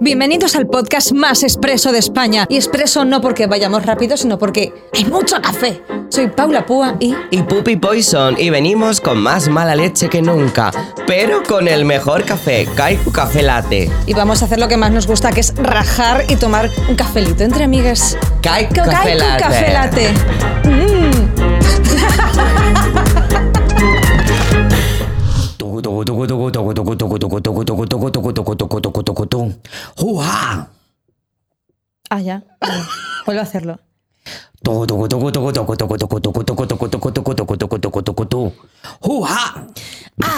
Bienvenidos al podcast más expreso de España. Y expreso no porque vayamos rápido, sino porque hay mucho café. Soy Paula Púa y... y Puppy Poison y venimos con más mala leche que nunca, pero con el mejor café, Kaiku Café Latte. Y vamos a hacer lo que más nos gusta, que es rajar y tomar un cafelito entre amigas. Kaiku Ca- Café Kaiku Latte. Café Latte. ¡Juja! Ah, ya. Vale. Vuelvo a hacerlo. ¡Juja!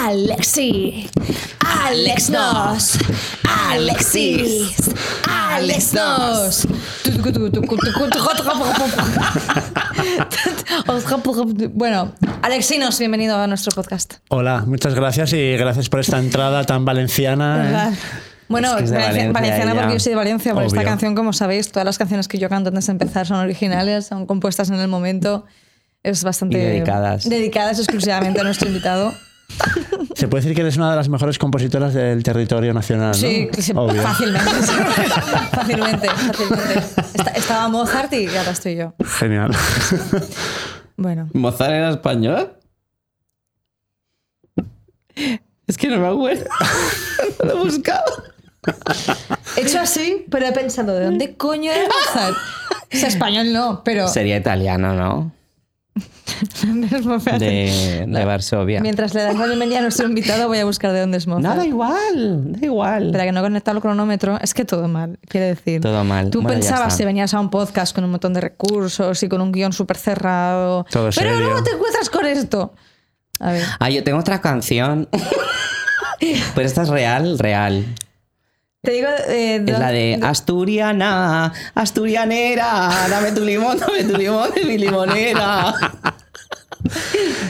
Alexi, Alex 2, Alexis, Alex 2. Bueno, Alexinos, bienvenido a nuestro podcast. Hola, muchas gracias y gracias por esta entrada tan valenciana. ¿eh? Bueno, Es que es de Valencia- Valencia, valenciana ya. porque yo soy de Valencia, por esta Obvio. canción, como sabéis, todas las canciones que yo canto antes de empezar son originales, son compuestas en el momento, es bastante... Y dedicadas. Dedicadas exclusivamente a nuestro invitado. Se puede decir que eres una de las mejores compositoras del territorio nacional. ¿no? Sí, que se- Obvio. fácilmente. fácilmente, fácilmente. Esta- estaba Mozart y ahora estoy yo. Genial. Bueno. ¿Mozart era español? Es que no me acuerdo. No lo he buscado. He hecho así, pero he pensado, ¿de dónde coño era Mozart? O sea, español no, pero... Sería italiano, ¿no? De, de Varsovia. Mientras le das la bienvenida a nuestro invitado, voy a buscar de dónde es Mozart. Nada igual, da igual. Espera, que no he conectado el cronómetro. Es que todo mal, quiero decir. Todo mal. Tú Bueno, ya pensabas está. si venías a un podcast con un montón de recursos y con un guión súper cerrado. Todo Pero serio. luego te encuentras con esto. A ver. Ah, yo tengo otra canción. Pero esta es real, real. Te digo. eh, Es la de Asturiana, Asturianera, dame tu limón, dame tu limón de mi limonera.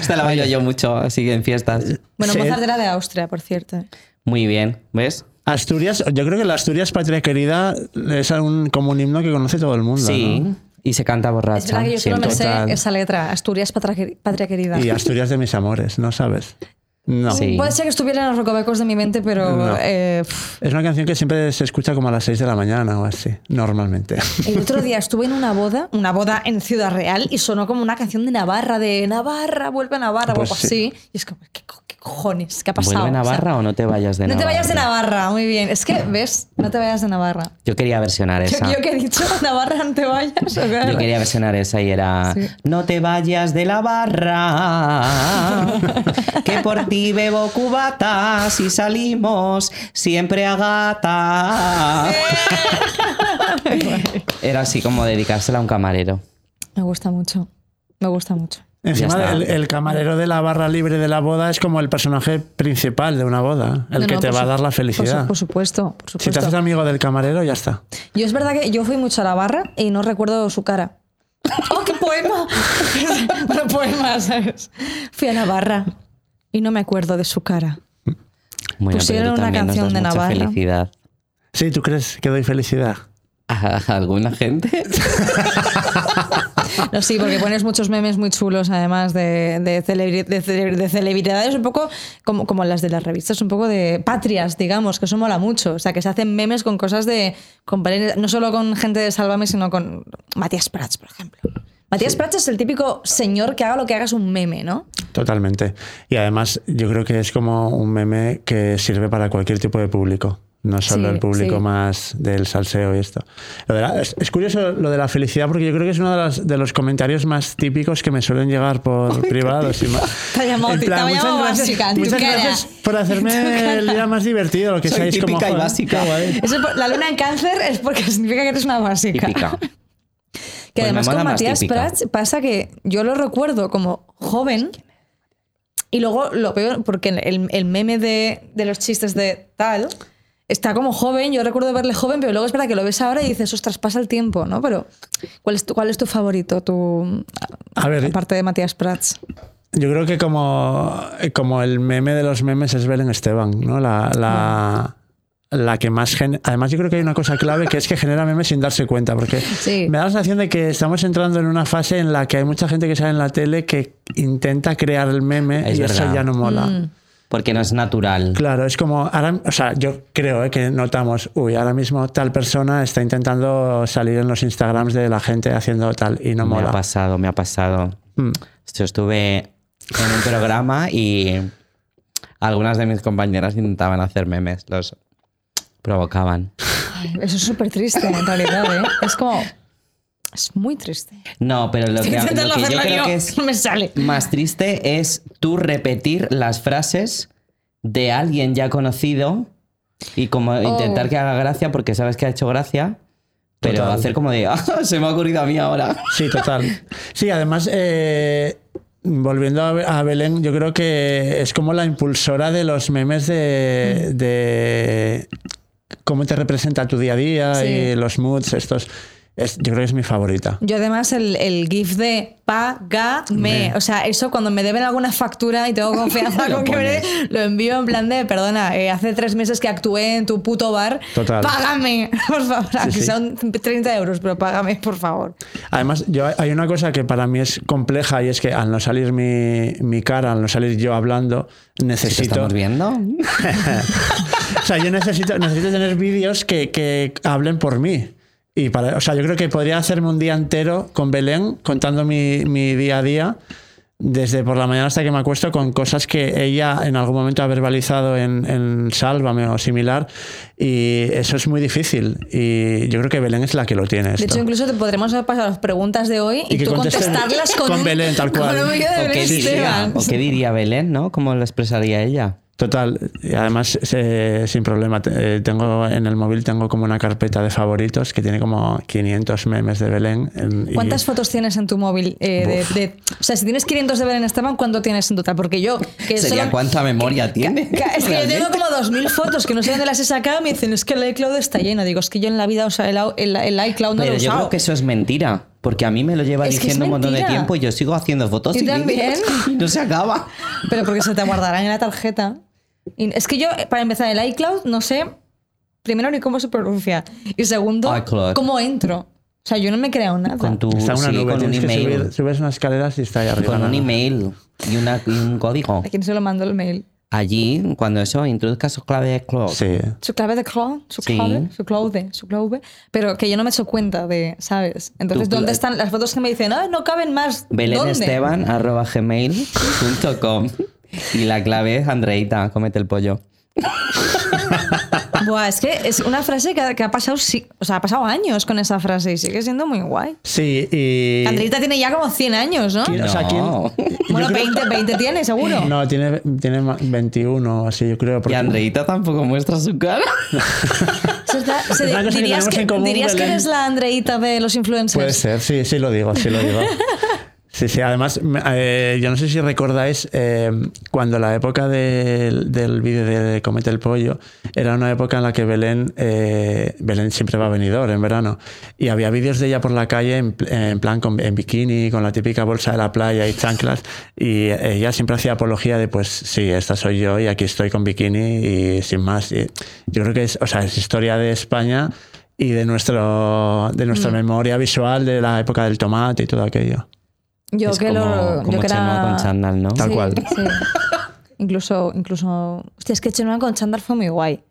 Esta la bailo yo mucho, así que en fiestas. Bueno, Sí. Mozart era de Austria, por cierto. Muy bien, ¿ves? Asturias, yo creo que la Asturias patria querida es un, como un himno que conoce todo el mundo. Sí, ¿no? y se canta Es borracha. verdad que yo solo siempre. me sé Total. esa letra. Asturias, patria, patria querida. Y Asturias de mis amores, ¿no sabes? No. Sí. Puede ser que estuviera en los recovecos de mi mente, pero. No. eh, pff. Es una canción que siempre se escucha como a las 6 de la mañana o así, normalmente. el otro día estuve en una boda, una boda en Ciudad Real, y sonó como una canción de Navarra, de Navarra, vuelve a Navarra, Pues o algo sí. así. Y es como, ¿qué, co- qué cojones? ¿Qué ha pasado? ¿Vuelve a O sea, Navarra o no te vayas de no te Navarra? vayas de Navarra, muy bien. Es que, ¿ves? No te vayas de Navarra. Yo quería versionar Yo, esa. yo que he dicho, Navarra, no te vayas. o qué? Yo quería versionar esa y era Sí. No te vayas de la barra Que por ti bebo cubatas Y salimos siempre a gata Era así como dedicársela a un camarero Me gusta mucho. Me gusta mucho. Encima, está. el, el camarero de la barra libre de la boda es como el personaje principal de una boda, el No, que no, te por va a su- dar la por su- felicidad. Por, supuesto, por si te supuesto. haces amigo del camarero, ya está. Yo es verdad que yo fui mucho a la barra y no recuerdo su cara. ¡Oh, qué poema! bueno, poema, ¿sabes? Fui a la barra y no me acuerdo de su cara. Bueno, Pusieron pero tú una también nos canción das de mucha Navarra. felicidad Sí, ¿tú crees que doy felicidad? ¿A alguna gente? No, sí, porque pones muchos memes muy chulos, además de, de, celebri- de cele- de celebridades, un poco como, como las de las revistas, un poco de patrias, digamos, que eso mola mucho. O sea, que se hacen memes con cosas de. con pare- no solo con gente de Sálvame, sino con Matías Prats, por ejemplo. Matías Prats es el típico señor que haga lo que haga es un meme, ¿no? Totalmente. Y además, yo creo que es como un meme que sirve para cualquier tipo de público. No solo Sí, el público sí. más del salseo y esto. Lo de la- es, es curioso lo de la felicidad porque yo creo que es uno de, las- de los comentarios más típicos que me suelen llegar por privados. y más- Te ha llamado En ti- te ha muchas llamado gracias- básica en tu Muchas cara. gracias por hacerme el día más divertido, lo que Soy seáis como típica y "Joder, básica". qué guay". Eso por- la luna en cáncer es porque significa que eres una básica. Típica Que Pues me además con mola más Matías típica. Prats pasa que yo lo recuerdo como joven y luego lo veo porque el, el meme de, de los chistes de tal está como joven, yo recuerdo verle joven, pero luego es verdad que lo ves ahora y dices, ostras, pasa el tiempo, ¿no? Pero ¿cuál es tu, cuál es tu favorito, tu, A ver, aparte de Matías Prats? Yo creo que como, como el meme de los memes es Belén Esteban, ¿no? La, la, la que más... gen- Además, yo creo que hay una cosa clave que es que genera memes sin darse cuenta, porque Sí. me da la sensación de que estamos entrando en una fase en la que hay mucha gente que sale en la tele que intenta crear el meme Es y eso verdad. Mm. ya no mola. porque no es natural. Claro, es como, ahora, o sea, yo creo eh, que notamos, uy, ahora mismo tal persona está intentando salir en los Instagrams de la gente haciendo tal y no me ha mola. pasado, me ha pasado. Mm. Yo estuve en un programa y algunas de mis compañeras intentaban hacer memes, los provocaban. Ay, Eso es súper triste, en realidad, ¿eh? Es como. Es muy triste. No, pero lo que, lo que Intentando yo hacerlo creo yo, que es no me sale. más triste es tú repetir las frases de alguien ya conocido y como intentar que haga gracia porque sabes que ha hecho gracia, pero Total. hacer como de, "Ah, se me ha ocurrido a mí ahora. Sí, total. Sí, además, eh, volviendo a Be- a Belén, yo creo que es como la impulsora de los memes de, de cómo te representa tu día a día Sí. y los moods, estos. Es- yo creo que es mi favorita. Yo además el, el GIF de págame, o sea, eso cuando me deben alguna factura y tengo confianza con que me dé, lo envío en plan de, perdona, eh, hace tres meses que actué en tu puto bar, Total. págame, por favor, aunque sí. son 30 euros, pero págame, por favor. Además, yo, hay una cosa que para mí es compleja y es que al no salir mi, mi cara, al no salir yo hablando, ¿Sí te necesito. estamos viendo? o sea, yo necesito, necesito tener vídeos que, que hablen por mí. Y para, o sea, yo creo que podría hacerme un día entero con Belén contando mi, mi día a día, desde por la mañana hasta que me acuesto, con cosas que ella en algún momento ha verbalizado en, en Sálvame o similar. Y eso es muy difícil. Y yo creo que Belén es la que lo tiene. De esto. hecho, incluso te podremos pasar las preguntas de hoy y, Y que tú contesten contestarlas con, con Belén, tal cual. Con un vídeo de ¿O Belén qué, diría, Esteban. o qué diría Belén, no? ¿Cómo lo expresaría ella? Total, y además se- sin problema. te- eh, Tengo en el móvil tengo como una carpeta de favoritos que tiene como 500 memes de Belén. en- y- ¿Cuántas fotos tienes en tu móvil? eh, de- de- o sea, si tienes 500 de Belén Esteban, ¿cuánto tienes en total? Porque yo... Eh, Que Sería solo- cuánta memoria tiene. Ca- Es que yo tengo realmente. como 2.000 fotos que no sé dónde las he sacado y me dicen, es que el iCloud está lleno. Digo, es que yo en la vida, o sea, el, au- el- el iCloud no Pero lo he yo usado. creo que eso es mentira, porque a mí me lo lleva Es que es diciendo un montón de mentira. tiempo y yo sigo haciendo fotos Yo y también. vídeos y no se acaba. Pero porque se te guardarán en la tarjeta. Y es que yo, eh, para empezar, el iCloud no sé, primero, ni cómo se pronuncia. Y segundo, iCloud. cómo entro. O sea, yo no me he creado nada. Con tu Está en una Uh, sí, nube, con un tienes que email, subir- subes unas escaleras y está ahí arriba. con ¿no? un email y, una- y un código. ¿A quién se lo mando el mail? Allí, cuando eso, introduzca su clave de cloud. Sí. Su clave de cloud, su Sí. clave, su clave, su clave. Pero que yo no me he hecho cuenta de, ¿sabes? Entonces, Tu ¿dónde cla- están las fotos que me dicen, ah, no caben más? ¿Dónde? gmail.com y la clave es Andreita, comete el pollo. Buah, es que es una frase que, ha- que ha pasado, sí, o sea, ha pasado años con esa frase y sigue siendo muy guay. Sí, y. Andreita tiene ya como 100 años, ¿no? ¿Quién- o sea, ¿quién- No. yo Bueno, creo- 20, 20 tiene, seguro. No, tiene, tiene ma- 21 o así, yo creo. Y porque- Andreita tampoco muestra su cara. Se está- se- Es una cosa que dirías tenemos que, en común, Pues dirías que Belén. eres la Andreita de los influencers. Puede ser, sí, sí lo digo, sí lo digo. Sí, sí, además, me- eh, yo no sé si recordáis eh, cuando la época del, del vídeo de Comete el Pollo era una época en la que Belén, eh, Belén siempre va a venidor en verano y había vídeos de ella por la calle en, pl- en plan con, en bikini, con la típica bolsa de la playa y chanclas y ella siempre hacía apología de pues sí, esta soy yo y aquí estoy con bikini y sin más. Y yo creo que es, o sea, es historia de España y de nuestro de nuestra memoria visual de la época del tomate y todo aquello. Yo Es que como, lo. como yo que Chenoa era... con chándal, ¿no? Tal cual. sí. Incluso, incluso. Hostia, es que Chenoa con chándal fue muy guay.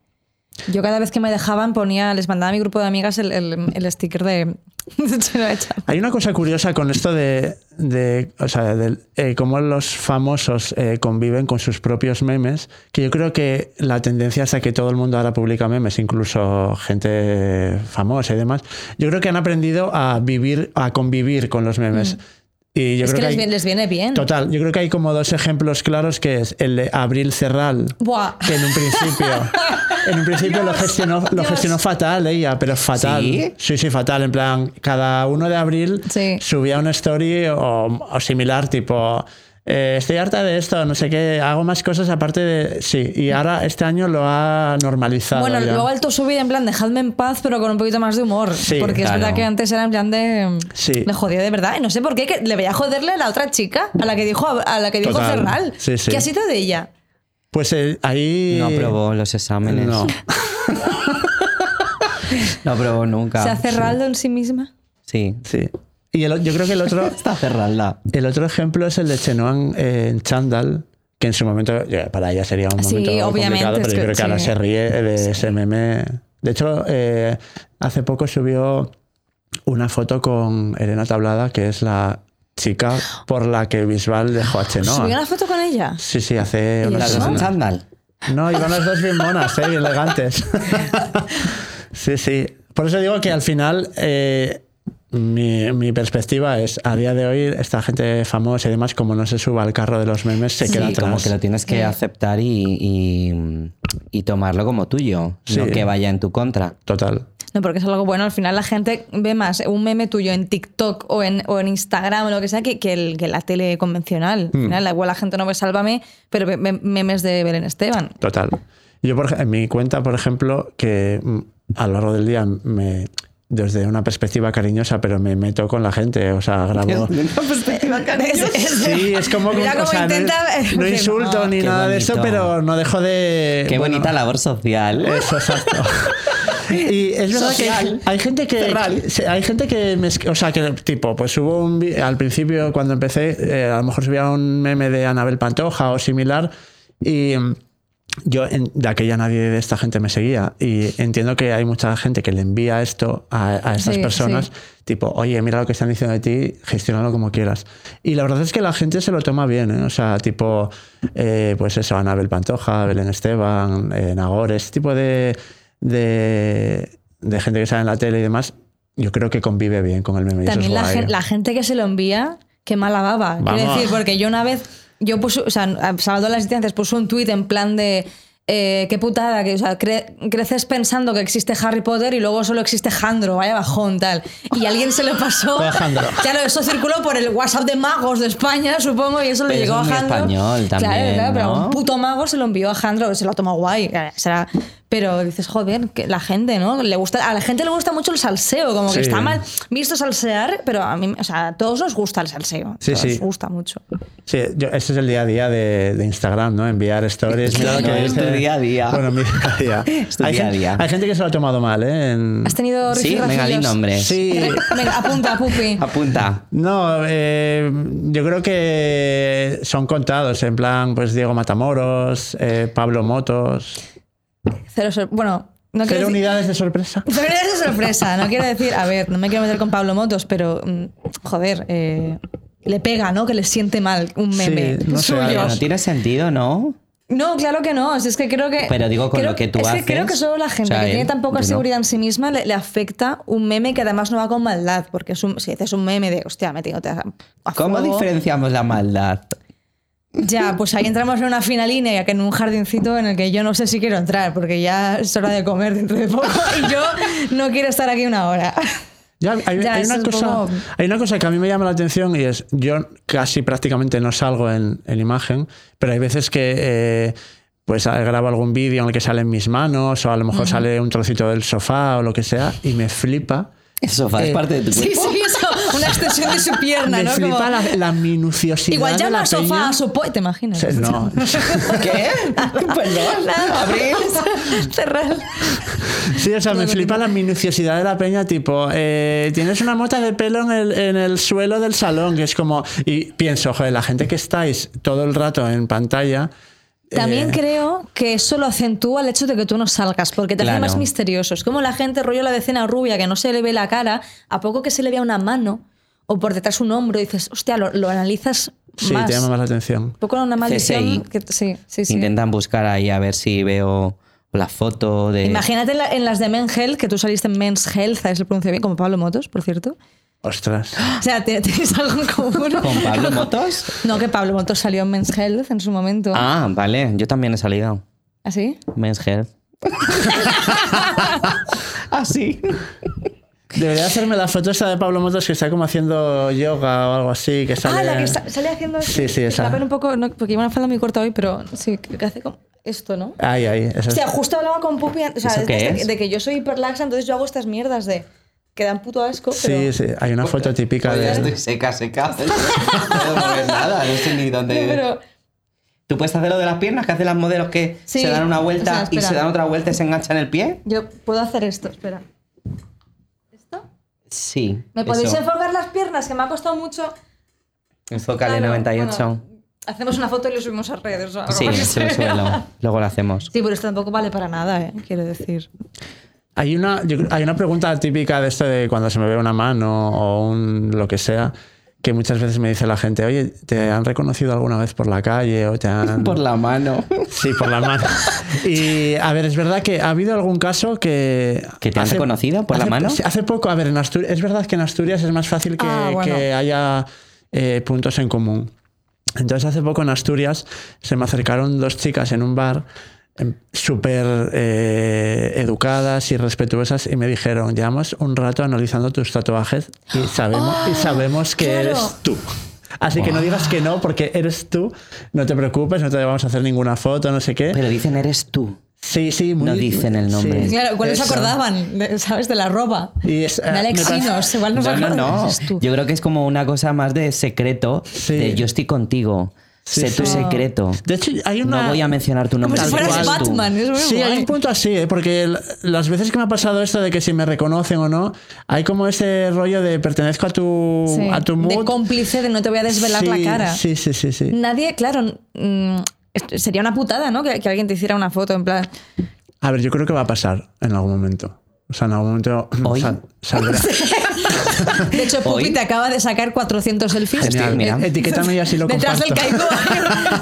Yo cada vez que me dejaban ponía, les mandaba a mi grupo de amigas el, el- el sticker de, de Chenoa de chándal. Hay una cosa curiosa con esto de, de, o sea, de, eh, cómo los famosos eh, conviven con sus propios memes, que yo creo que la tendencia es a que todo el mundo ahora publica memes, incluso gente famosa y demás. Yo creo que han aprendido a vivir, a convivir con los memes. Y yo Mm. Es que, creo que les, hay- vi- les viene bien. Total, yo creo que hay como dos ejemplos claros que es el de Abril Cerral, Buah. que en un principio en un principio lo gestionó lo Dios. gestionó fatal ella pero fatal ¿Sí? sí sí, fatal en plan cada 1 de abril Sí. subía una story o, o similar tipo eh, estoy harta de esto no sé qué hago más cosas aparte de sí y ahora este año lo ha normalizado Bueno, ya. luego alto subida en plan, dejadme en paz, pero con un poquito más de humor. Sí, porque es claro. verdad que antes era en plan de. Sí. Me jodía de verdad. Y no sé por qué, que le veía joderle a la otra chica, a la que dijo, a la que dijo Total. Ferral. Sí, sí. ¿Qué ha sido de ella? pues eh, ahí No aprobó los exámenes. no No aprobó nunca. Ah, ¿Se hace Raldo en sí misma? Sí. sí y el o- yo creo que el otro Está cerrada. El otro ejemplo es el de Chenoan eh, en Chandal, que en su momento, ya, para ella sería un Sí, momento obviamente, complicado, pero es yo que- creo que ahora sí. se ríe de ese meme. De hecho, eh, hace poco subió una foto con Elena Tablada, que es la chica por la que Bisbal dejó a Chenoa. ¿Subió una foto con ella? Sí, sí, hace ¿Y unas eso? semanas. chándal. No, iban las dos bien monas, eh, bien elegantes. sí, sí. Por eso digo que al final eh, mi, mi perspectiva es, a día de hoy, esta gente famosa y demás, como no se suba al carro de los memes, se queda Sí, atrás. Como que lo tienes que aceptar y, y- y tomarlo como tuyo, Sí. no que vaya en tu contra. Total. No, porque es algo bueno. Al final la gente ve más un meme tuyo en TikTok o en, o en Instagram o lo que sea que, que el- que la tele convencional. Hmm. Al final, igual la gente no ve Sálvame, pero ve, ve memes de Belén Esteban. Total. Yo, por, ej- en mi cuenta, por ejemplo, que mm, a lo largo del día me desde una perspectiva cariñosa, pero me meto con la gente, o sea, grabo... Sí, es como... Mira o cómo sea, no- intenta- no, insulto ni Ah, qué nada de eso, bonito. pero no dejo de... Qué bueno, bonita labor social. Eso, exacto. Y es verdad Social. que hay gente que Ferral. se- hay gente que me es- o sea que tipo pues subo un vi- al principio cuando empecé eh, a lo mejor subía un meme de Anabel Pantoja o similar y mm, yo en- de aquella nadie de esta gente me seguía y entiendo que hay mucha gente que le envía esto a, a estas Sí, personas sí. tipo oye mira lo que están diciendo de ti gestiónalo como quieras y la verdad es que la gente se lo toma bien ¿eh? o sea tipo eh, pues eso Anabel Pantoja Belén Esteban eh, Nagore ese tipo de, de de gente que sale en la tele y demás yo creo que convive bien con el meme y eso es También la, guay, gen- ¿eh? la gente que se lo envía, qué mala baba. Quiero Vamos. decir, porque yo una vez, yo puse, o sea, a- salvando las distancias, puse un tuit en plan de. eh, qué putada, que o sea, cre- creces pensando que existe Harry Potter y luego solo existe Jandro, vaya bajón, tal. Y alguien se lo pasó. Todo Jandro. Claro, eso circuló por el WhatsApp de magos de España, supongo, y eso le Pero llegó eso es a muy Jandro. español también, Claro, claro, pero ¿no? un puto mago se lo envió a Jandro, se lo tomó guay. eh, será- Pero dices, joder, que la gente, ¿no? Le gusta, a la gente le gusta mucho el salseo, como Sí. que está mal visto salsear, pero a mí, o sea, a todos nos gusta el salseo. Sí, todos sí. Nos gusta mucho. Mm. Sí, yo, ese es el día a día de, de Instagram, ¿no? Enviar stories. mira lo que No, es dice. tu día a día. Bueno, mi día a día. Es tu hay, día a gente, día. hay gente que se lo ha tomado mal, ¿eh? En- ¿Has tenido Sí, venga, di rifirrafillos? nombres. Sí. Venga, apunta, pupi. Apunta. No, eh, yo creo que son contados, en plan, pues Diego Matamoros, eh, Pablo Motos. Cero sor- bueno, no Cero quiero decir... unidades de sorpresa. Pero es sorpresa, no quiero decir, a ver, no me quiero meter con Pablo Motos, pero mm, joder, eh, le pega, ¿no? Que le siente mal un meme no sé, suyo. algo. No tiene sentido, ¿no? No, claro que no. Si Es que creo que. Pero digo, con creo- lo que tú es haces, Que creo que solo la gente o sea, que tiene él, tan poca yo no. seguridad en sí misma le, le afecta un meme que además no va con maldad. Porque es un, si haces un meme de, hostia, metiéndote a. a ¿Cómo fuego, diferenciamos la maldad? Ya, pues ahí entramos en una fina línea, que en un jardincito en el que yo no sé si quiero entrar, porque ya es hora de comer dentro de poco y yo no quiero estar aquí una hora. Ya, hay, Ya, hay eso una es cosa, como- hay una cosa que a mí me llama la atención y es, yo casi prácticamente no salgo en, en imagen, pero hay veces que eh, pues ah, grabo algún vídeo en el que salen mis manos o a lo mejor sale un trocito del sofá o lo que sea y me flipa. Eso es Eh, parte de tu Sí, sí, eso, una extensión de su pierna, me ¿no? flipa Como- la, la minuciosidad igual de llama la a sofá, peña. a sopo... ¿Te O imaginas? sea, no. ¿Qué? Perdón. Nada. Abrir. Cerrar. Sí, o sea, me Todo flipa la minuciosidad de la peña, tipo, eh, tienes una mota de pelo en el, en el suelo del salón, que es como, y pienso, joder, la gente que estáis todo el rato en pantalla... También eh, creo que eso lo acentúa el hecho de que tú no salgas, porque te hace Claro. más misterioso. Es como la gente, rollo la vecina rubia, que no se le ve la cara, a poco que se le vea una mano o por detrás un hombro, dices, hostia, lo, lo analizas Sí, más. te llama más la atención. Un poco una maldición. CSI. Que, sí, sí, sí. Intentan buscar ahí a ver si veo la foto de. Imagínate en, la- en las de Men's Health, que tú saliste en Men's Health, es el pronuncio bien, como Pablo Motos, por cierto. Ostras. O sea, ¿te- ¿tenéis algo en común? ¿Con Pablo Motos? No, que Pablo Motos salió en Men's Health en su momento. ¿Ah, Ah, vale. Yo también he salido. ¿Así? Men's Health. Así. Debería hacerme la foto esta de Pablo Motos que está como haciendo yoga o algo así, que sale... Ah, la que sa- sale haciendo. Sí, sí, esa. La ven un poco, no, porque lleva una falda muy corta hoy, pero sí, que que hace como esto, ¿no? Ay, ay, esa es- Hostia, justo hablaba con Pupi, an- o sea, ¿Eso qué de, es? de que yo soy hiperlaxa, entonces yo hago estas mierdas de que dan puto asco, Sí, pero sí, hay una foto típica Ya de... seca, seca. No puedo mover nada, no sé ni dónde. No, pero Tú puedes hacer lo de las piernas, que hacen las modelos que Sí, se dan una o sea, vuelta y espera. se dan otra vuelta y se enganchan el pie. yo puedo hacer esto, espera. ¿Esto? Sí. ¿Me podéis eso. enfocar las piernas? Que me ha costado mucho. Enfócale Ah, no, 98. bueno, Hacemos una foto y lo subimos a redes. o algo Sí, así. se lo sube luego. Luego lo hacemos. Sí, pero esto tampoco vale para nada, ¿eh? quiero decir. Hay una, yo creo- hay una pregunta típica de esto de cuando se me ve una mano o un lo que sea, que muchas veces me dice la gente, oye, ¿te han reconocido alguna vez por la calle? O te han... Por la mano. Sí, por la mano. Y a ver, es verdad que ha habido algún caso que... ¿Que te han reconocido por la hace- mano? sí, Hace poco, a ver, en Astur- es verdad que en Asturias es más fácil que, Ah, bueno. que haya eh, puntos en común. Entonces hace poco en Asturias se me acercaron dos chicas en un bar em, súper eh, educadas y respetuosas y me dijeron, llevamos un rato analizando tus tatuajes y sabemos, y sabemos que claro. eres tú. Así que no digas que no, porque eres tú, no te preocupes, no te vamos a hacer ninguna foto, no sé qué. Pero dicen, eres tú. Sí, sí, muy- No dicen el nombre. Claro, ¿cuáles se Eso. acordaban? De- ¿Sabes? De la ropa. Y es- eh, de Alex me parece- Inos, igual nos No, no, acordaban. no. Dices tú. Yo creo que es como una cosa más de secreto. Sí. De yo estoy contigo. Sí, sé tu sí. secreto. De hecho, hay una... No voy a mencionar tu Como nombre. si sé que fueras eres tú. Batman, es muy Sí, guay. hay un punto así, ¿eh? porque l- las veces que me ha pasado esto de que si me reconocen o no, hay como ese rollo de pertenezco a tu, Sí. a tu mood. De cómplice, de no te voy a desvelar Sí, la cara. Sí, sí, sí, sí. Nadie, claro, mm, es- sería una putada, ¿no? Que, que alguien te hiciera una foto en plan. A ver, yo creo que va a pasar en algún momento. O sea, en algún momento mm, ¿Hoy? sal- saldrá. De hecho, Pupi Hoy- te acaba de sacar 400 selfies. Genial, Eh, mira. Etiquétame y así lo Detrás del comparto. caico.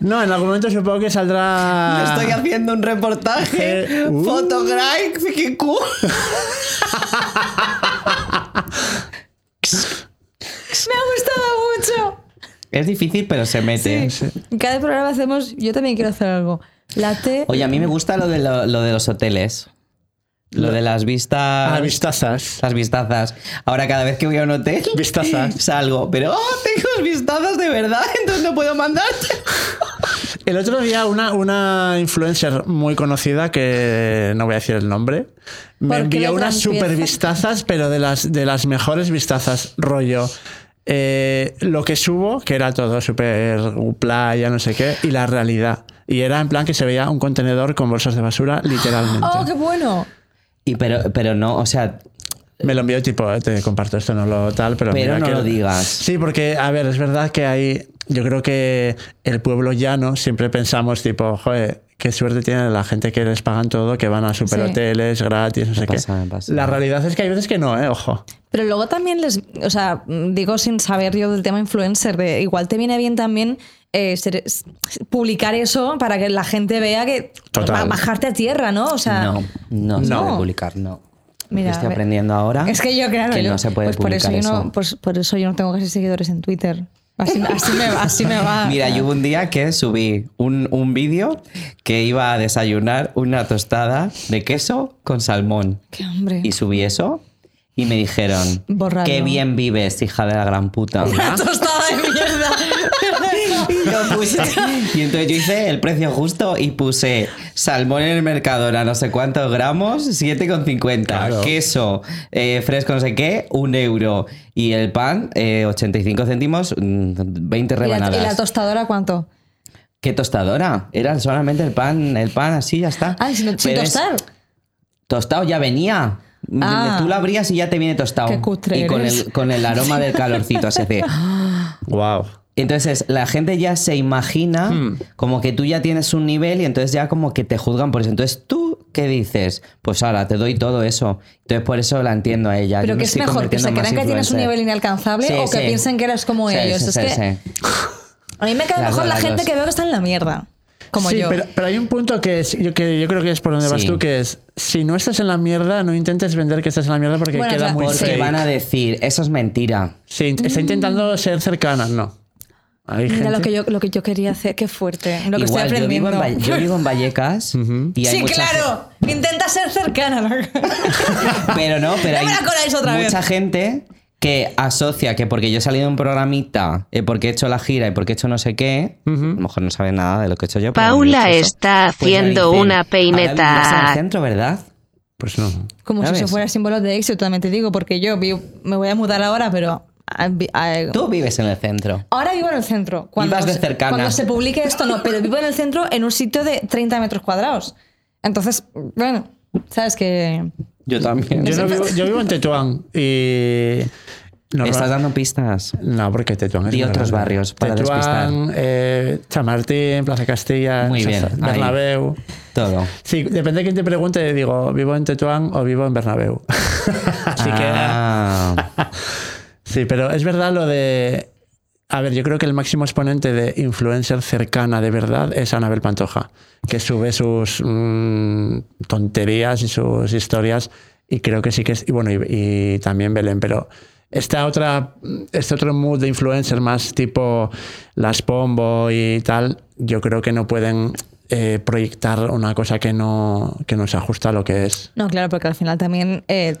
No, en algún momento supongo que Ah. saldrá. Estoy haciendo un reportaje Eh, uh. fotográfico. Me ha gustado mucho. Es difícil, pero se mete. En cada programa hacemos. Yo también quiero hacer algo. La T. Oye, a mí me gusta lo de, lo, lo de los hoteles. Lo de las vistas. Ah, vistazas. Las vistazas. Ahora cada vez que voy a un hotel. Vistazas. Salgo, pero. Oh, tengo vistazos de verdad, entonces no puedo mandarte. El otro día una, una influencer muy conocida, que no voy a decir el nombre, ¿Por me qué envió las unas limpiezas? super vistazas, pero de las, de las mejores vistazas, rollo. eh, lo que subo, que era todo super playa, no sé qué, y la realidad. Y era en plan que se veía un contenedor con bolsas de basura, literalmente. ¡Oh, qué bueno! Y pero, pero no, o sea, Me lo envió tipo, eh, te comparto esto, no lo tal, pero. Pero mira no que- lo digas. Sí, porque, a ver, es verdad que hay. Yo creo que el pueblo llano siempre pensamos, tipo, joder, qué suerte tiene la gente que les pagan todo, que van a superhoteles gratis, no sé qué. pasa, me pasa. La realidad es que hay veces que no, ¿eh? Ojo. Pero luego también les, o sea, mm, digo sin saber yo del tema influencer, de igual te viene bien también eh, ser- s- publicar eso para que la gente vea que Total. ba- bajarte a tierra, ¿no? O sea, no, no, se Ah. No. puede publicar, no. Mira, Estoy a ver. aprendiendo ahora. es que yo claro, que yo- no se puede pues por publicar eso, eso. Yo no, pues por eso yo no tengo casi seguidores en Twitter. Así, así me, así me va. Mira, yo hubo un día que subí un, un vídeo que iba a desayunar una tostada de queso con salmón. Qué hombre. Y subí eso y me dijeron, Borrarlo. qué bien vives, hija de la gran puta. Una tostada de mierda. Y yo puse- y entonces yo hice el precio justo y puse salmón en el Mercadona, no sé cuántos gramos, 7,50. Claro. Queso eh, fresco, no sé qué, un euro. Y el pan, eh, 85 céntimos, mm, 20 ¿Y la, rebanadas. y la tostadora cuánto? ¿Qué tostadora? Era solamente el pan, el pan así, ya está. Ah, sin, sin Pero es- tostar. Tostado ya venía. Ah. Tú lo abrías y ya te viene tostado. Qué cutre y con eres. el, con el aroma del calorcito así de- Wow. Entonces la gente ya se imagina Hmm. como que tú ya tienes un nivel y entonces ya como que te juzgan por eso. Entonces tú, ¿qué dices? Pues ahora te doy todo eso. Entonces por eso la entiendo a ella. Pero Yo me que es estoy mejor que se convirtiendo crean más que tienes un influencer. nivel inalcanzable Sí, o que sí. piensen que eres como Sí, ellos. sí, es sí, que sí. A mí me cae Las mejor dos, la las gente dos. que veo que está en la mierda. Como sí, yo. Pero, pero hay un punto que, es- yo, que yo creo que es por donde vas Sí. tú, que es, si no estás en la mierda, no intentes vender que estás en la mierda porque Bueno, queda claro. muy Porque fake. van a decir, eso es mentira. Sí, está intentando ser cercana, no. Hay Mm. Mira gente... lo que, yo, lo que yo quería hacer, qué fuerte. Lo que Igual, estoy yo vivo, aprendiendo. en, Valle- yo vivo en Vallecas y hay sí, mucha claro. Intenta ser cercana. gente- pero no, pero No hay me la coláis otra vez. mucha gente que asocia que porque yo he salido de un programita, eh, porque he hecho la gira y porque he hecho no sé qué, a lo mejor no saben nada de lo que he hecho yo. pero Paula bueno, he hecho eso. está Pues ya haciendo dicen, una "Ahora peineta". vivirás en el centro, ¿verdad? Pues no. Como si ¿Sabes? eso fuera símbolo de éxito, también te digo, porque yo vi- me voy a mudar ahora, pero. a- a- Tú vives en el centro. Ahora vivo en el centro. Cuando, Vivas de se- cercana. cuando se publique esto, no, pero vivo en el centro en un sitio de 30 metros cuadrados. Entonces, bueno, sabes que. Yo también. Yo, no vivo, yo vivo en Tetuán y normal- Estás dando pistas. No, porque Tetuán es Di muy otros grande. barrios para Tetuán, despistar. eh, Chamartín, Plaza Castilla, Muy bien, ahí. Bernabéu. Todo. Sí, depende de quién te pregunte, digo, ¿vivo en Tetuán o vivo en Bernabéu? Así Ah, que... Sí, pero es verdad lo de... A ver, yo creo que el máximo exponente de influencer cercana de verdad es Anabel Pantoja, que sube sus mm, tonterías y sus historias y creo que sí que es... Y bueno, y, y también Belén, pero esta otra, este otro mood de influencer más tipo las pombo y tal, yo creo que no pueden eh, proyectar una cosa que no, que no se ajusta a lo que es. No, claro, porque al final también, eh,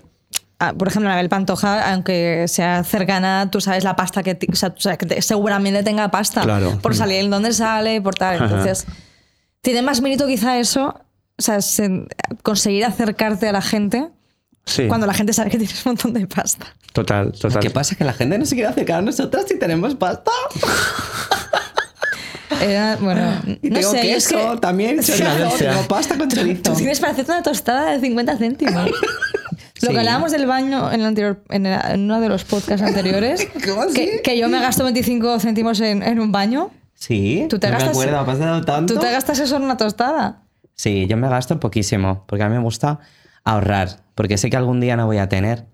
ah, por ejemplo, Anabel Pantoja, aunque sea cercana, tú sabes la pasta que, ti- o sea, tú sabes que te- seguramente tenga pasta Claro. por salir en donde sale, por tal. Ajá. Entonces, tiene más mérito quizá eso, o sea, se- conseguir acercarte a la gente Sí, cuando la gente sabe que tienes un montón de pasta. total, total. ¿Qué pasa? Que la gente no se quiere acercar a nosotras si tenemos pasta. Era, bueno, Y no tengo sé, yo es queso que también, chorizo, Valencia. tengo pasta con chorizo. tú tienes para hacerte una tostada de 50 céntimos. Lo Sí. que hablábamos del baño en, el anterior, en, el- en uno de los podcasts anteriores, ¿Cómo así? que, que yo me gasto 25 céntimos en, en un baño. Sí, Tú te no gastas- me acuerdo, ha pasado tanto. ¿Tú te gastas eso en una tostada? Sí, yo me gasto poquísimo, porque a mí me gusta ahorrar, porque sé que algún día no voy a tener,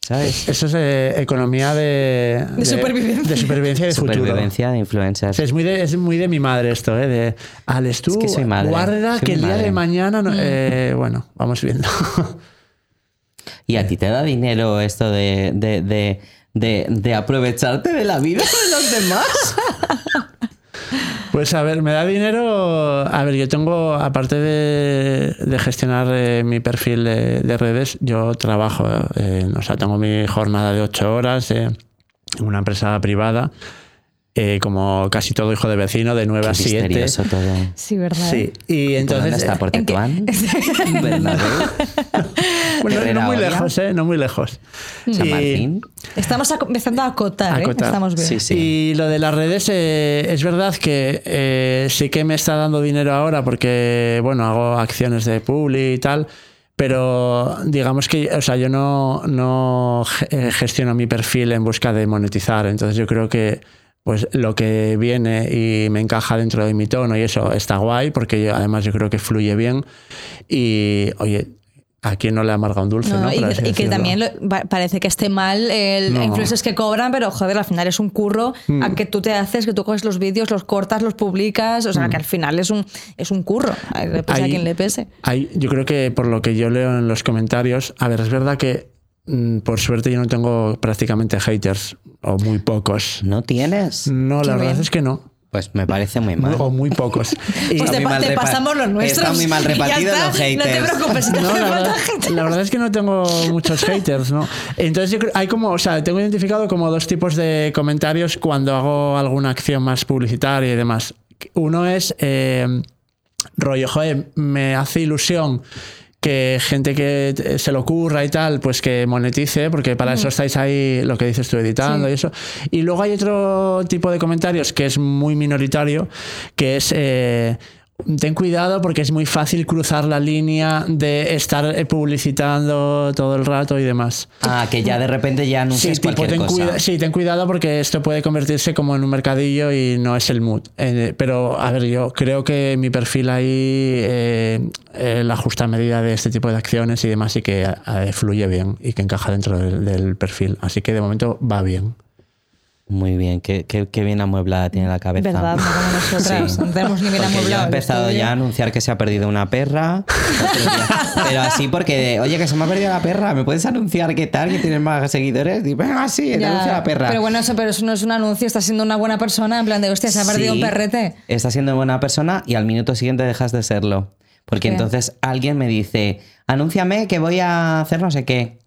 ¿sabes? Eso es eh, economía de, de, supervivencia. De supervivencia y de futuro. Supervivencia de O influencers. sea, es, muy de, es muy de mi madre esto, ¿eh? De, Alex, tú Es que soy madre, guarda soy que el día madre. de mañana... no- eh, bueno, vamos viendo. ¿Y a ti te da dinero esto de, de, de, de, de aprovecharte de la vida de los demás? Pues a ver, me da dinero. A ver, yo tengo, aparte de, de gestionar eh, mi perfil de, de redes, yo trabajo. eh, o sea, tengo mi jornada de ocho horas eh, en una empresa privada, eh, como casi todo hijo de vecino, de 9 a Pues Qué ¿eh? 7. misterioso todo. Sí, ¿verdad? Sí, ¿Por y ¿Dónde entonces. eh, está? ¿Por ¿en qué? Tetuán? ¿Bernabéu? bueno, no, Herrera muy Oria? lejos, ¿eh? No muy lejos. ¿San Y- Martín? Estamos aco- empezando a acotar, ¿eh? Acotar. Estamos bien. Sí, sí. Y lo de las redes, eh, es verdad que eh, sí que me está dando dinero ahora porque, bueno, hago acciones de publi y tal, pero digamos que, o sea, yo no, no ge- eh, gestiono mi perfil en busca de monetizar, entonces yo creo que pues lo que viene y me encaja dentro de mi tono y eso está guay porque yo- además yo creo que fluye bien y, oye, ¿a quién no le amarga un dulce? No, ¿no? y, Por así que, y que decirlo. también lo- pa- parece que esté mal el No. influencers que cobran, pero joder, al final es un curro Hmm. a que tú te haces, que tú coges los vídeos, los cortas, los publicas, o Hmm. sea, que al final es un, es un curro, a- le pese a Ahí- quien le pese. ahí- yo creo que por lo que yo leo en los comentarios, a ver, es verdad que mm, por suerte yo no tengo prácticamente haters, o muy pocos. ¿No tienes? Mm. No, la verdad es que no. Pues me parece muy mal. O muy pocos. Y- Pues Está te, muy pa- mal te repa- pasamos los está nuestros. muy mal y ya repartido está, los No te haters. preocupes, no, te No, la, falta verdad, gente. la verdad es que no tengo muchos haters, ¿no? Entonces yo creo, hay como, o sea, tengo identificado como dos tipos de comentarios cuando hago alguna acción más publicitaria y demás. Uno es eh, rollo, joder, me hace ilusión que gente que eh, se le ocurra y tal, pues que monetice, porque para eso estáis ahí, lo que dices tú, editando y eso. Y luego hay otro tipo de comentarios que es muy minoritario, que es... eh, Ten cuidado porque es muy fácil cruzar la línea de estar eh, publicitando todo el rato y demás. Ah, que ya de repente ya anuncias tipo, cualquier ten cosa. cuida- sí, ten cuidado porque esto puede convertirse como en un mercadillo y no es el mood. Eh, pero, a ver, yo creo que mi perfil ahí, eh, eh, la justa medida de este tipo de acciones y demás, y que eh, fluye bien y que encaja dentro del, del perfil. Así que de momento va bien. Muy bien, qué, qué- qué bien amueblada tiene la cabeza. Verdad, no como nosotras, Sí. no tenemos ni bien Porque amueblado ya ha el empezado estudio. ya a anunciar que se ha perdido una perra. Otro día. Pero así porque, de, oye, que se me ha perdido la perra, ¿me puedes anunciar qué tal? Que tienes más seguidores. Y, venga, sí, te Ya, anuncio la perra. Pero bueno, eso, pero eso no es un anuncio, estás siendo una buena persona, en plan de, hostia, se ha perdido un Sí, perrete. Estás siendo buena persona y al minuto siguiente dejas de serlo. Porque Sí. entonces alguien me dice, anúnciame que voy a hacer no sé qué.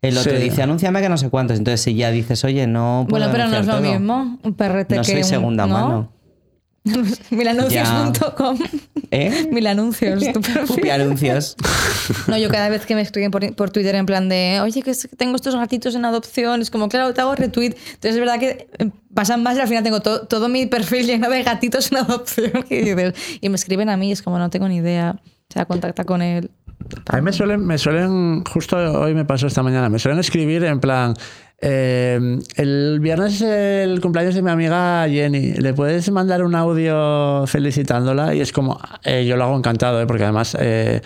El otro Sí. dice, anúnciame que no sé cuántos. Entonces, si ya dices, oye, no. Puedo Bueno, pero no es lo anunciar todo". mismo un perrete No que soy un- segunda ¿no? mano. Milanuncios.com ¿Eh? Milanuncios, tu perfil. Pupi anuncios. No, yo cada vez que me escriben por, por Twitter en plan de oye, que es- tengo estos gatitos en adopción, es como, claro, te hago retweet. Entonces es verdad que eh, pasan más y al final tengo to- todo mi perfil lleno de gatitos en adopción. Y, dices- y me escriben a mí, es como, no tengo ni idea. O sea, contacta con él. A mí me suelen, me suelen, justo hoy me pasó esta mañana, me suelen escribir en plan, eh, el viernes es el cumpleaños de mi amiga Jenny. ¿Le puedes mandar un audio felicitándola? Y es como, eh, yo lo hago encantado, ¿eh? porque además eh,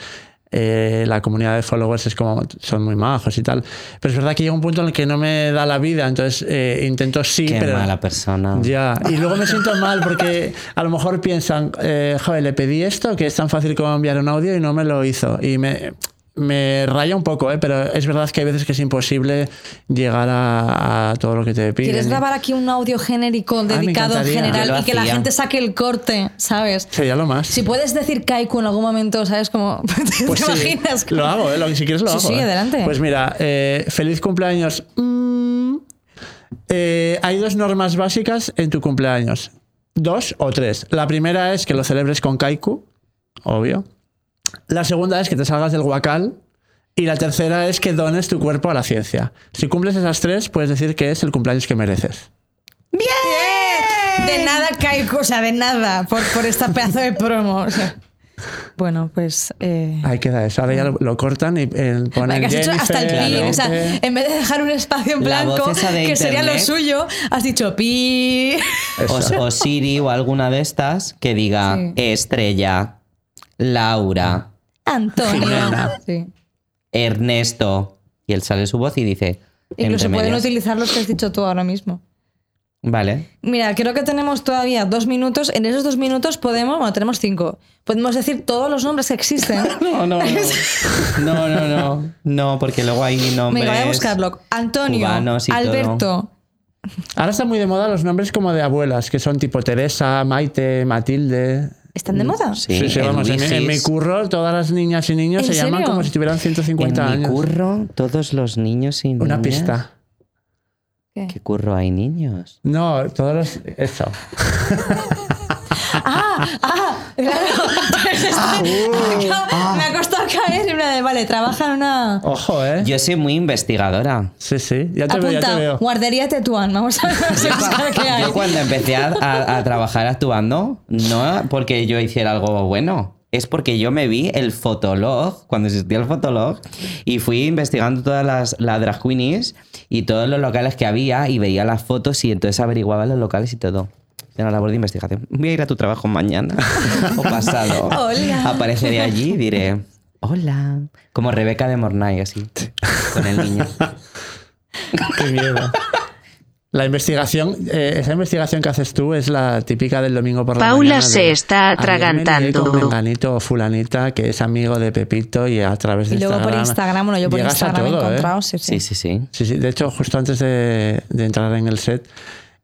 eh, la comunidad de followers es como, son muy majos y tal. Pero es verdad que llega un punto en el que no me da la vida, entonces eh, intento sí, Qué pero. mala persona. Ya, y luego me siento mal porque a lo mejor piensan, eh, joder, le pedí esto, que es tan fácil como enviar un audio y no me lo hizo. Y me, me raya un poco, ¿eh? pero es verdad que hay veces que es imposible llegar a, a todo lo que te piden. ¿Quieres grabar aquí un audio genérico Ah, me dedicado en encantaría. Yo lo general y que la hacía. gente saque el corte, ¿sabes? Sería lo más. Si puedes decir Kaiku en algún momento, ¿sabes? Como, ¿te Pues sí, imaginas? Lo hago, ¿eh? Lo- si quieres lo Sí, hago. sí, ¿eh? adelante. Pues mira, eh, feliz cumpleaños. Mm, eh, hay dos normas básicas en tu cumpleaños. Dos o tres. La primera es que lo celebres con Kaiku, obvio. La segunda es que te salgas del huacal. Y la tercera es que dones tu cuerpo a la ciencia. Si cumples esas tres, puedes decir que es el cumpleaños que mereces. De nada, Kaiku, o sea, de nada, por, por esta pedazo de promo. o sea. Bueno, pues. eh, Ahí queda eso. Ahora ya lo, lo cortan y eh, ponen que has hecho hasta el Jennifer, pi, o sea, Jennifer. en vez de dejar un espacio en La blanco, voz esa de que sería lo internet. suyo, has dicho pi. O, o Siri o alguna de estas que diga Sí. Estrella, Ah. Laura, Antonio. Sí. Ernesto. Y él sale su voz y dice. Incluso entre pueden medias. utilizar los que has dicho tú ahora mismo. Vale. Mira, creo que tenemos todavía dos minutos. En esos dos minutos podemos, bueno, tenemos cinco. Podemos decir todos los nombres que existen. No, no, no. No, no, no. No, porque luego hay nombres. Me voy a buscarlo. Antonio, cubanos y Alberto. Ahora están muy de moda los nombres como de abuelas, que son tipo Teresa, Maite, Matilde. ¿Están de moda? Sí, sí, vamos, en, mi- en mi Luisis. curro todas las niñas y niños se ¿En llaman serio? como si tuvieran 150 En mi años. curro, todos los niños y niñas. Una pista. ¿Qué curro hay niños? No, todos los... Eso. Ah, Me ha costado caer y una de, vale, trabaja en una. Ojo, ¿eh? Yo soy muy investigadora. Sí, sí. Ya te veo, ya te Apunta, veo. guardería Tetuán. Vamos a ver qué hay. Yo cuando empecé a, a- a trabajar actuando, no porque yo hiciera algo bueno, es porque yo me vi el fotolog, cuando existía el fotolog, y fui investigando todas las, las drag queenies y todos los locales que había y veía las fotos y entonces averiguaba los locales y todo. Era una labor de investigación. Voy a ir a tu trabajo mañana o pasado. Hola. Apareceré allí y diré, hola. Como Rebeca de Mornay, así, con el niño. Qué miedo. La investigación, eh, esa investigación que haces tú es la típica del domingo por la Paula mañana. de, se está "Ayer me lié atragantando". con menganito o fulanita que es amigo de Pepito y a través de Y luego por Instagram, bueno, yo por llegas a Instagram he todo, ¿eh? encontrado, sí, sí. Sí, sí, sí. Sí, sí. De hecho, justo antes de, de entrar en el set,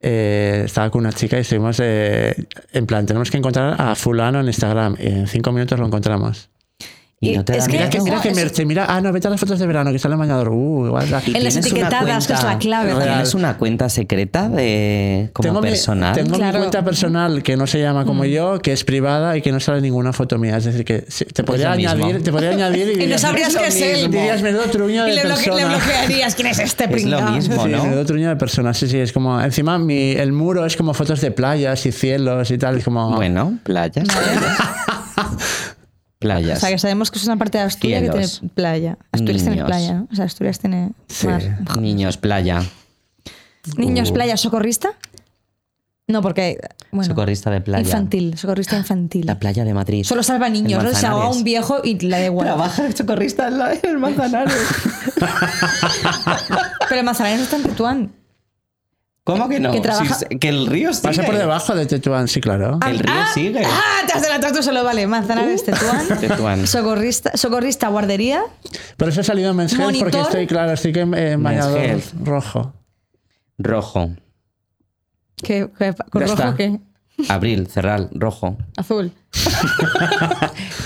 eh, estaba con una chica y estuvimos eh, en plan, tenemos que encontrar a fulano en Instagram. Y en cinco minutos lo encontramos. Y, Y no te es da que- Mira que, miedo. mira que Eso- Merche, mira, ah, no, vete a las fotos de verano que sale mañana. Uh, igual la- En las tienes una etiquetadas, que es la cuenta- clave. Real. también. ¿Tienes una cuenta secreta de como mi- personal? tengo mi, Claro. Mm. cuenta personal que no se llama como yo, que es privada y que no sale ninguna foto mía. Es decir, que si- te podría lo mismo. añadir, te podría añadir y, Y no dirías, sabrías qué es él. Dirías, menudo truño Y de le, bloque- le persona. bloquearías. ¿Quién es este Es lo pringao? mismo, Sí, ¿no? me doy truño de personas, sí, sí, es como, encima mi, el muro es como fotos de playas y cielos y tal, es como... Bueno, playas. O playas. sea, que sabemos que es una parte de Asturias que Cielos. tiene playa. Asturias tiene Niños. playa, ¿no? O sea, Asturias tiene Sí. mar. Niños, playa. Niños, playa, socorrista. No, porque. Bueno, Socorrista de playa. Infantil, socorrista infantil. La playa de Madrid. Solo salva niños, En ¿no? Se ahoga Manzanares. un viejo y la da igual. Trabaja de socorrista en, la, en el Manzanares. Pero Manzanares está en Tetuán. ¿Cómo que no? Que trabaja- Si se- que el río sigue. Pasa por debajo de Tetuán, sí, claro. El río sigue. ¡Ah! Te has adelantado tú solo, vale. Manzanares, Tetuán. Uh. Tetuán. Socorrista, socorrista, guardería. Por eso he salido en Men's Health, Monitor. porque estoy, claro, estoy que en en Men's bañador Health. rojo. Rojo. ¿Qué, qué- con Ya rojo está. qué? Abril, cerral, rojo. Azul.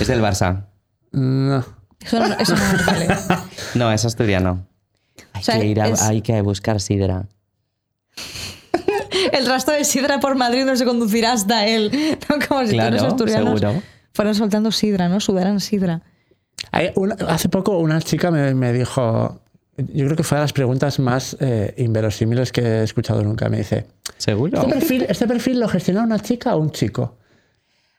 Es del Barça. No. Eso no, eso no vale. No, es asturiano. Hay, O sea, que, ir a- es- hay que buscar sidra. El rastro de sidra por Madrid no se conducirá hasta él. ¿no? Como si todos Claro, los asturianos seguro. fueran soltando sidra, ¿no? Sudaran sidra. Hay una- hace poco una chica me, me dijo, yo creo que fue de las preguntas más eh, inverosímiles que he escuchado nunca, me dice, ¿Seguro? ¿este perfil, este perfil lo gestiona una chica o un chico?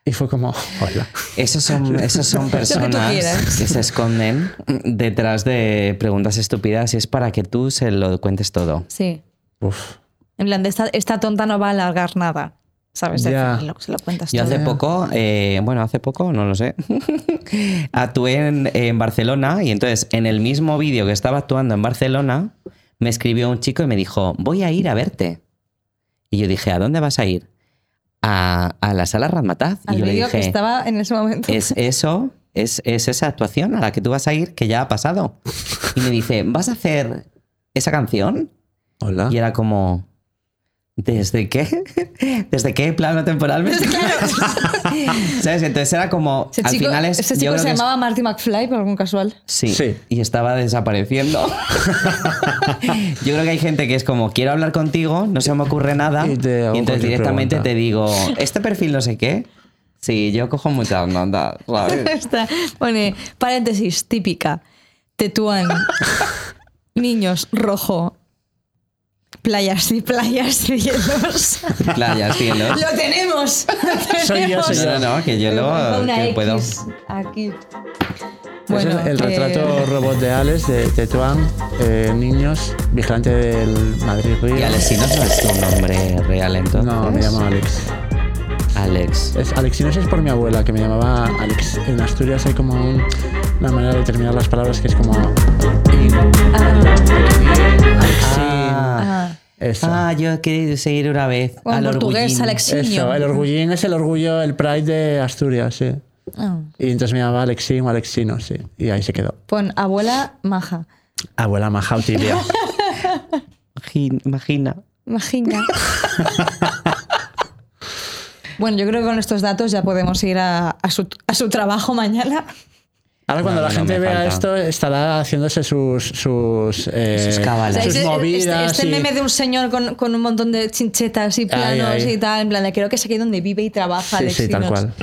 Y fue como, hola. Esos son, esos son personas quieras. que se esconden detrás de preguntas estúpidas y es para que tú se lo cuentes todo. Sí. Uf. En plan, de esta, esta tonta no va a alargar nada. ¿Sabes? Ya. Lo, se lo cuentas Yo todo. hace poco, eh, bueno, hace poco, no lo sé, actué en, en Barcelona y entonces en el mismo vídeo que estaba actuando en Barcelona, me escribió un chico y me dijo, voy a ir a verte. Y yo dije, ¿a dónde vas a ir? A, a la sala Ramataz. Al y yo le vídeo dije, "Eh, que estaba en ese momento. es eso, es, es esa actuación a la que tú vas a ir que ya ha pasado. Y me dice, ¿vas a hacer esa canción? Hola. Y era como, ¿desde qué? ¿Desde qué plano temporal me ¿Sabes? Entonces era como, Ese al chico, final es... ese yo chico creo se que es- llamaba Marty McFly por algún casual. Sí, Sí. y estaba desapareciendo. yo creo que hay gente que es como, quiero hablar contigo, no se me ocurre nada. Y te hago entonces cualquier directamente pregunta. te digo, este perfil no sé qué. Sí, yo cojo muchas notas, ¿sabes? Está, pone, paréntesis, típica. Tetuán. Niños, rojo. Playas y playas y hielos. Playas, cielos. ¡Lo tenemos! ¡Lo Soy yo, tenemos! soy No, yo. no, no, que yo Pongo lo una que X puedo. Aquí. Ese es el eh, retrato robot de Alex, de Tetuán, eh, niños, vigilante del Madrid Río. Y Alexinos no es tu nombre real entonces. No, me llamo Alex. Alex. Es Alexinos es por mi abuela, que me llamaba Alex. En Asturias hay como un- una manera de terminar las palabras que es como... Ah, ah, Eso. ah, yo he querido seguir una vez. o en al portugués, orgullín. Alexiño. Eso, el orgullín es el orgullo, el pride de Asturias, sí. Ah. Y entonces me llamaba Alexín o Alexino, sí. Y ahí se quedó. Pon abuela maja. Abuela Majautilia. Imagin- Imagina. Imagina. bueno, yo creo que con estos datos ya podemos ir a, a su, a su trabajo mañana. Ahora cuando No, la no, gente me vea falta. esto estará haciéndose sus sus, eh, Sus cábalas. O sea, sus este, este- movidas. este y- meme de un señor con, con un montón de chinchetas y planos ay. y tal, en plan, de, creo que es aquí donde vive y trabaja sí, sí, Alexinos. tal cual.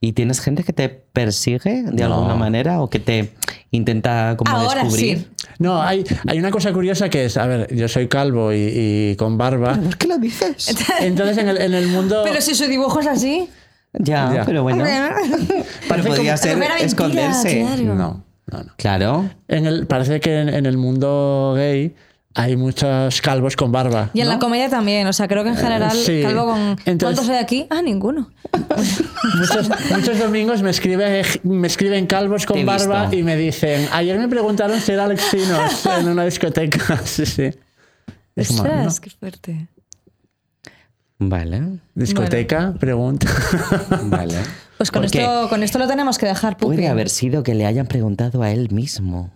¿Y tienes gente que te persigue de No. alguna manera o que te intenta como Ahora descubrir? sí. No, hay, hay una cosa curiosa que es, a ver, yo soy calvo y, y con barba. ¿Por qué lo dices? Entonces en el, en el mundo... Pero si su dibujo es así. Ya, Ya. pero bueno. Pero Parece podría como- ser Pero era mentira, esconderse. claro. No, no, no. Claro. En el, parece que en, en el mundo gay hay muchos calvos con barba. Y en ¿no? Eh, la comedia también, o sea, creo que en general, sí. Calvo con... Entonces- ¿Cuántos hay aquí? Ah, ninguno. Muchos, muchos domingos me, escribe, me escriben calvos Te con he barba visto. y me dicen, ayer me preguntaron si era Alexinos en una discoteca. Sí, sí. Es como, ¿no? Ostras, qué fuerte. Vale. Discoteca, pregunta. Vale. Pues con Porque esto, con esto lo tenemos que dejar, Pupi. Puede haber sido que le hayan preguntado a él mismo.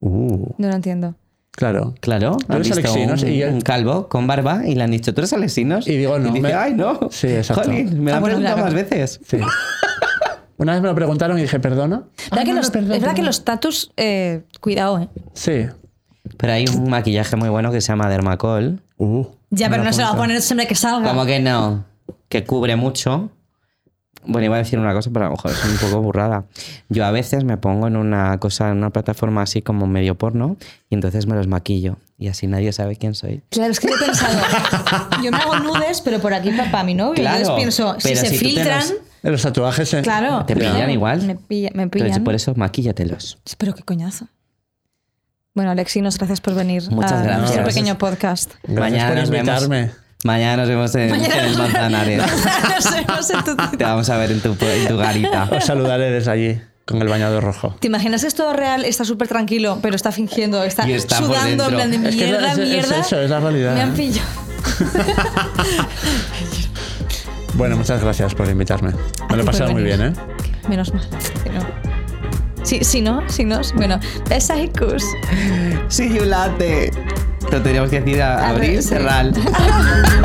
Uh, No lo entiendo. claro. Claro, Ah, Tú eres han visto Alexinos un, y yo- un calvo con barba y le han dicho, ¿tú eres Alexinos? Y digo, no, dice, me- ay, no. Sí, exacto. Jolín, me Ah, la han bueno, preguntado claro. más veces. Sí. Una vez me lo preguntaron y dije, ¿perdona? ¿Verdad Ah, que no, no, los- perdón, es verdad que perdón. los tatus, eh, cuidado, ¿eh? Sí. Pero hay un maquillaje muy bueno que se llama Dermacol. Uh, Ya, me pero lo no se lo va a apunto. poner siempre que salga. Como que no, que cubre mucho. Bueno, iba a decir una cosa, pero a lo mejor es un poco burrada. Yo a veces me pongo en una cosa, en una plataforma así como medio porno, y entonces me los maquillo. Y así nadie sabe quién soy. Claro, es que yo he pensado, yo me hago nudes, pero por aquí para, para mi novio. Claro, Entonces pienso, si pero se si tú te filtran, los- Los tatuajes. eh. claro. Te pillan igual. Me, pilla- me Entonces, pillan. por eso, maquíllatelos. Pero qué coñazo. Bueno, Alexinos, gracias por venir Muchas a gracias. nuestro Gracias. pequeño podcast. Gracias por nos vemos- invitarme. mañana nos vemos en, en el Manzanares. Nos vemos en tu Te Twitter. vamos a ver en tu, en tu garita. Os saludaré desde allí con el bañado rojo. ¿Te imaginas que es todo real? Está súper tranquilo, pero está fingiendo, está, Y está por sudando, en dentro. plan de Es que es la- mierda, es- es mierda. eso, es la realidad, Me han ¿eh? pillado. Bueno, muchas gracias por invitarme. Me lo he ti por pasado muy venir. bien, ¿eh? Menos mal. Si no, si, si no, si no. Bueno, besaikus. Sí, Yulate. Lo teníamos que decir a A ver, Abril sí. Serral.